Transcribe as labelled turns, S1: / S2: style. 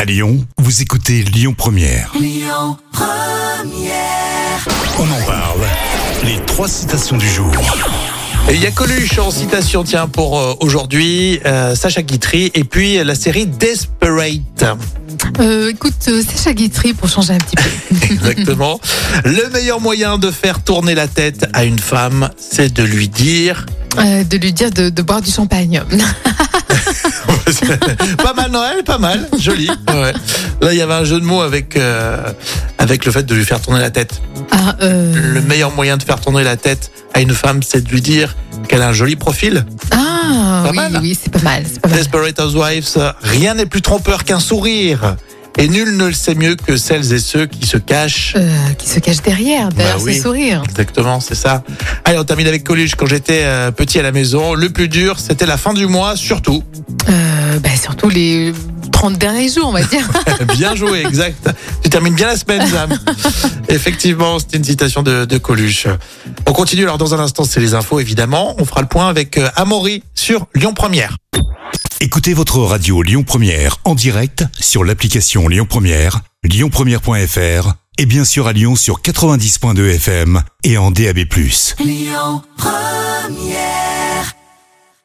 S1: À Lyon, vous écoutez Lyon Première. On en parle. Les trois citations du jour.
S2: Et Il y a Coluche en citation, tiens, pour euh, aujourd'hui, euh, Sacha Guitry, et puis euh, la série Desperate.
S3: Euh, écoute, euh, Sacha Guitry pour changer un petit peu.
S2: Exactement. Le meilleur moyen de faire tourner la tête à une femme, c'est de lui dire.
S3: Euh, de lui dire de, de boire du champagne.
S2: pas mal, Noël, pas mal, joli. Ouais. Là, il y avait un jeu de mots avec, euh, avec le fait de lui faire tourner la tête.
S3: Ah, euh,
S2: Le meilleur moyen de faire tourner la tête à une femme, c'est de lui dire qu'elle a un joli profil.
S3: ah
S2: Pas
S3: oui,
S2: mal.
S3: oui, c'est pas mal. C'est pas mal.
S2: Desperate Housewives, rien n'est plus trompeur qu'un sourire. Et nul ne le sait mieux que celles et ceux qui se cachent.
S3: Euh, qui se cache derrière, derrière
S2: Bah oui.
S3: ce sourire.
S2: Exactement, c'est ça. Allez, on termine avec Coluche. Quand j'étais euh, petit à la maison, le plus dur, c'était la fin du mois, surtout.
S3: Euh, bah, surtout les 30 derniers jours, on va dire.
S2: bien joué, exact. Tu termines bien la semaine, Sam. Effectivement, c'était une citation de, de Coluche. On continue, alors dans un instant, c'est les infos, évidemment. On fera le point avec euh, Amaury sur Lyon Première.
S1: Écoutez votre radio Lyon Première en direct sur l'application Lyon Première, lyonpremière.fr et bien sûr à Lyon sur 90.2 FM et en DAB+.
S4: Lyon Première